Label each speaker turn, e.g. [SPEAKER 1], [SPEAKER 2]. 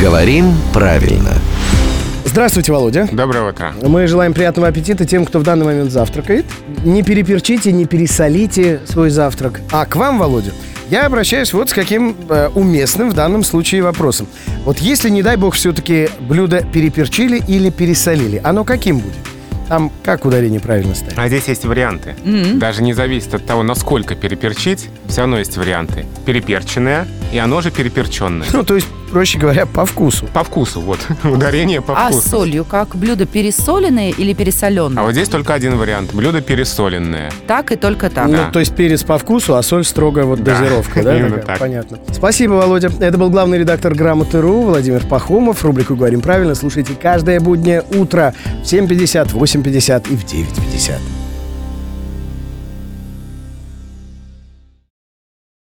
[SPEAKER 1] Говорим правильно.
[SPEAKER 2] Здравствуйте, Володя.
[SPEAKER 3] Доброе утро.
[SPEAKER 2] Мы желаем приятного аппетита тем, кто в данный момент завтракает. Не переперчите, не пересолите свой завтрак. А к вам, Володя, я обращаюсь вот с каким э, уместным в данном случае вопросом. Вот если, не дай бог, все-таки блюдо переперчили или пересолили, оно каким будет? Там как ударение правильно ставить?
[SPEAKER 3] А здесь есть варианты. Даже не зависит от того, насколько переперчить, все равно есть варианты. Переперченное, и оно же переперченное.
[SPEAKER 2] Ну, то есть, проще говоря, по вкусу.
[SPEAKER 3] По вкусу, вот. Ударение по
[SPEAKER 4] А с
[SPEAKER 3] вкусу.
[SPEAKER 4] солью как? Блюдо пересоленное или пересоленное?
[SPEAKER 3] А вот здесь только один вариант. Блюдо пересоленное.
[SPEAKER 4] Так и только так.
[SPEAKER 2] Ну,
[SPEAKER 3] Да.
[SPEAKER 2] то есть перец по вкусу, а соль строго вот
[SPEAKER 3] Да,
[SPEAKER 2] дозировка, да?
[SPEAKER 3] именно
[SPEAKER 2] такая?
[SPEAKER 3] так.
[SPEAKER 2] Понятно. Спасибо, Володя. Это был главный редактор «Грамоты.ру» Владимир Пахомов. Рубрику «Говорим правильно» слушайте каждое буднее утро в 7.50, в 8.50 и в 9.50.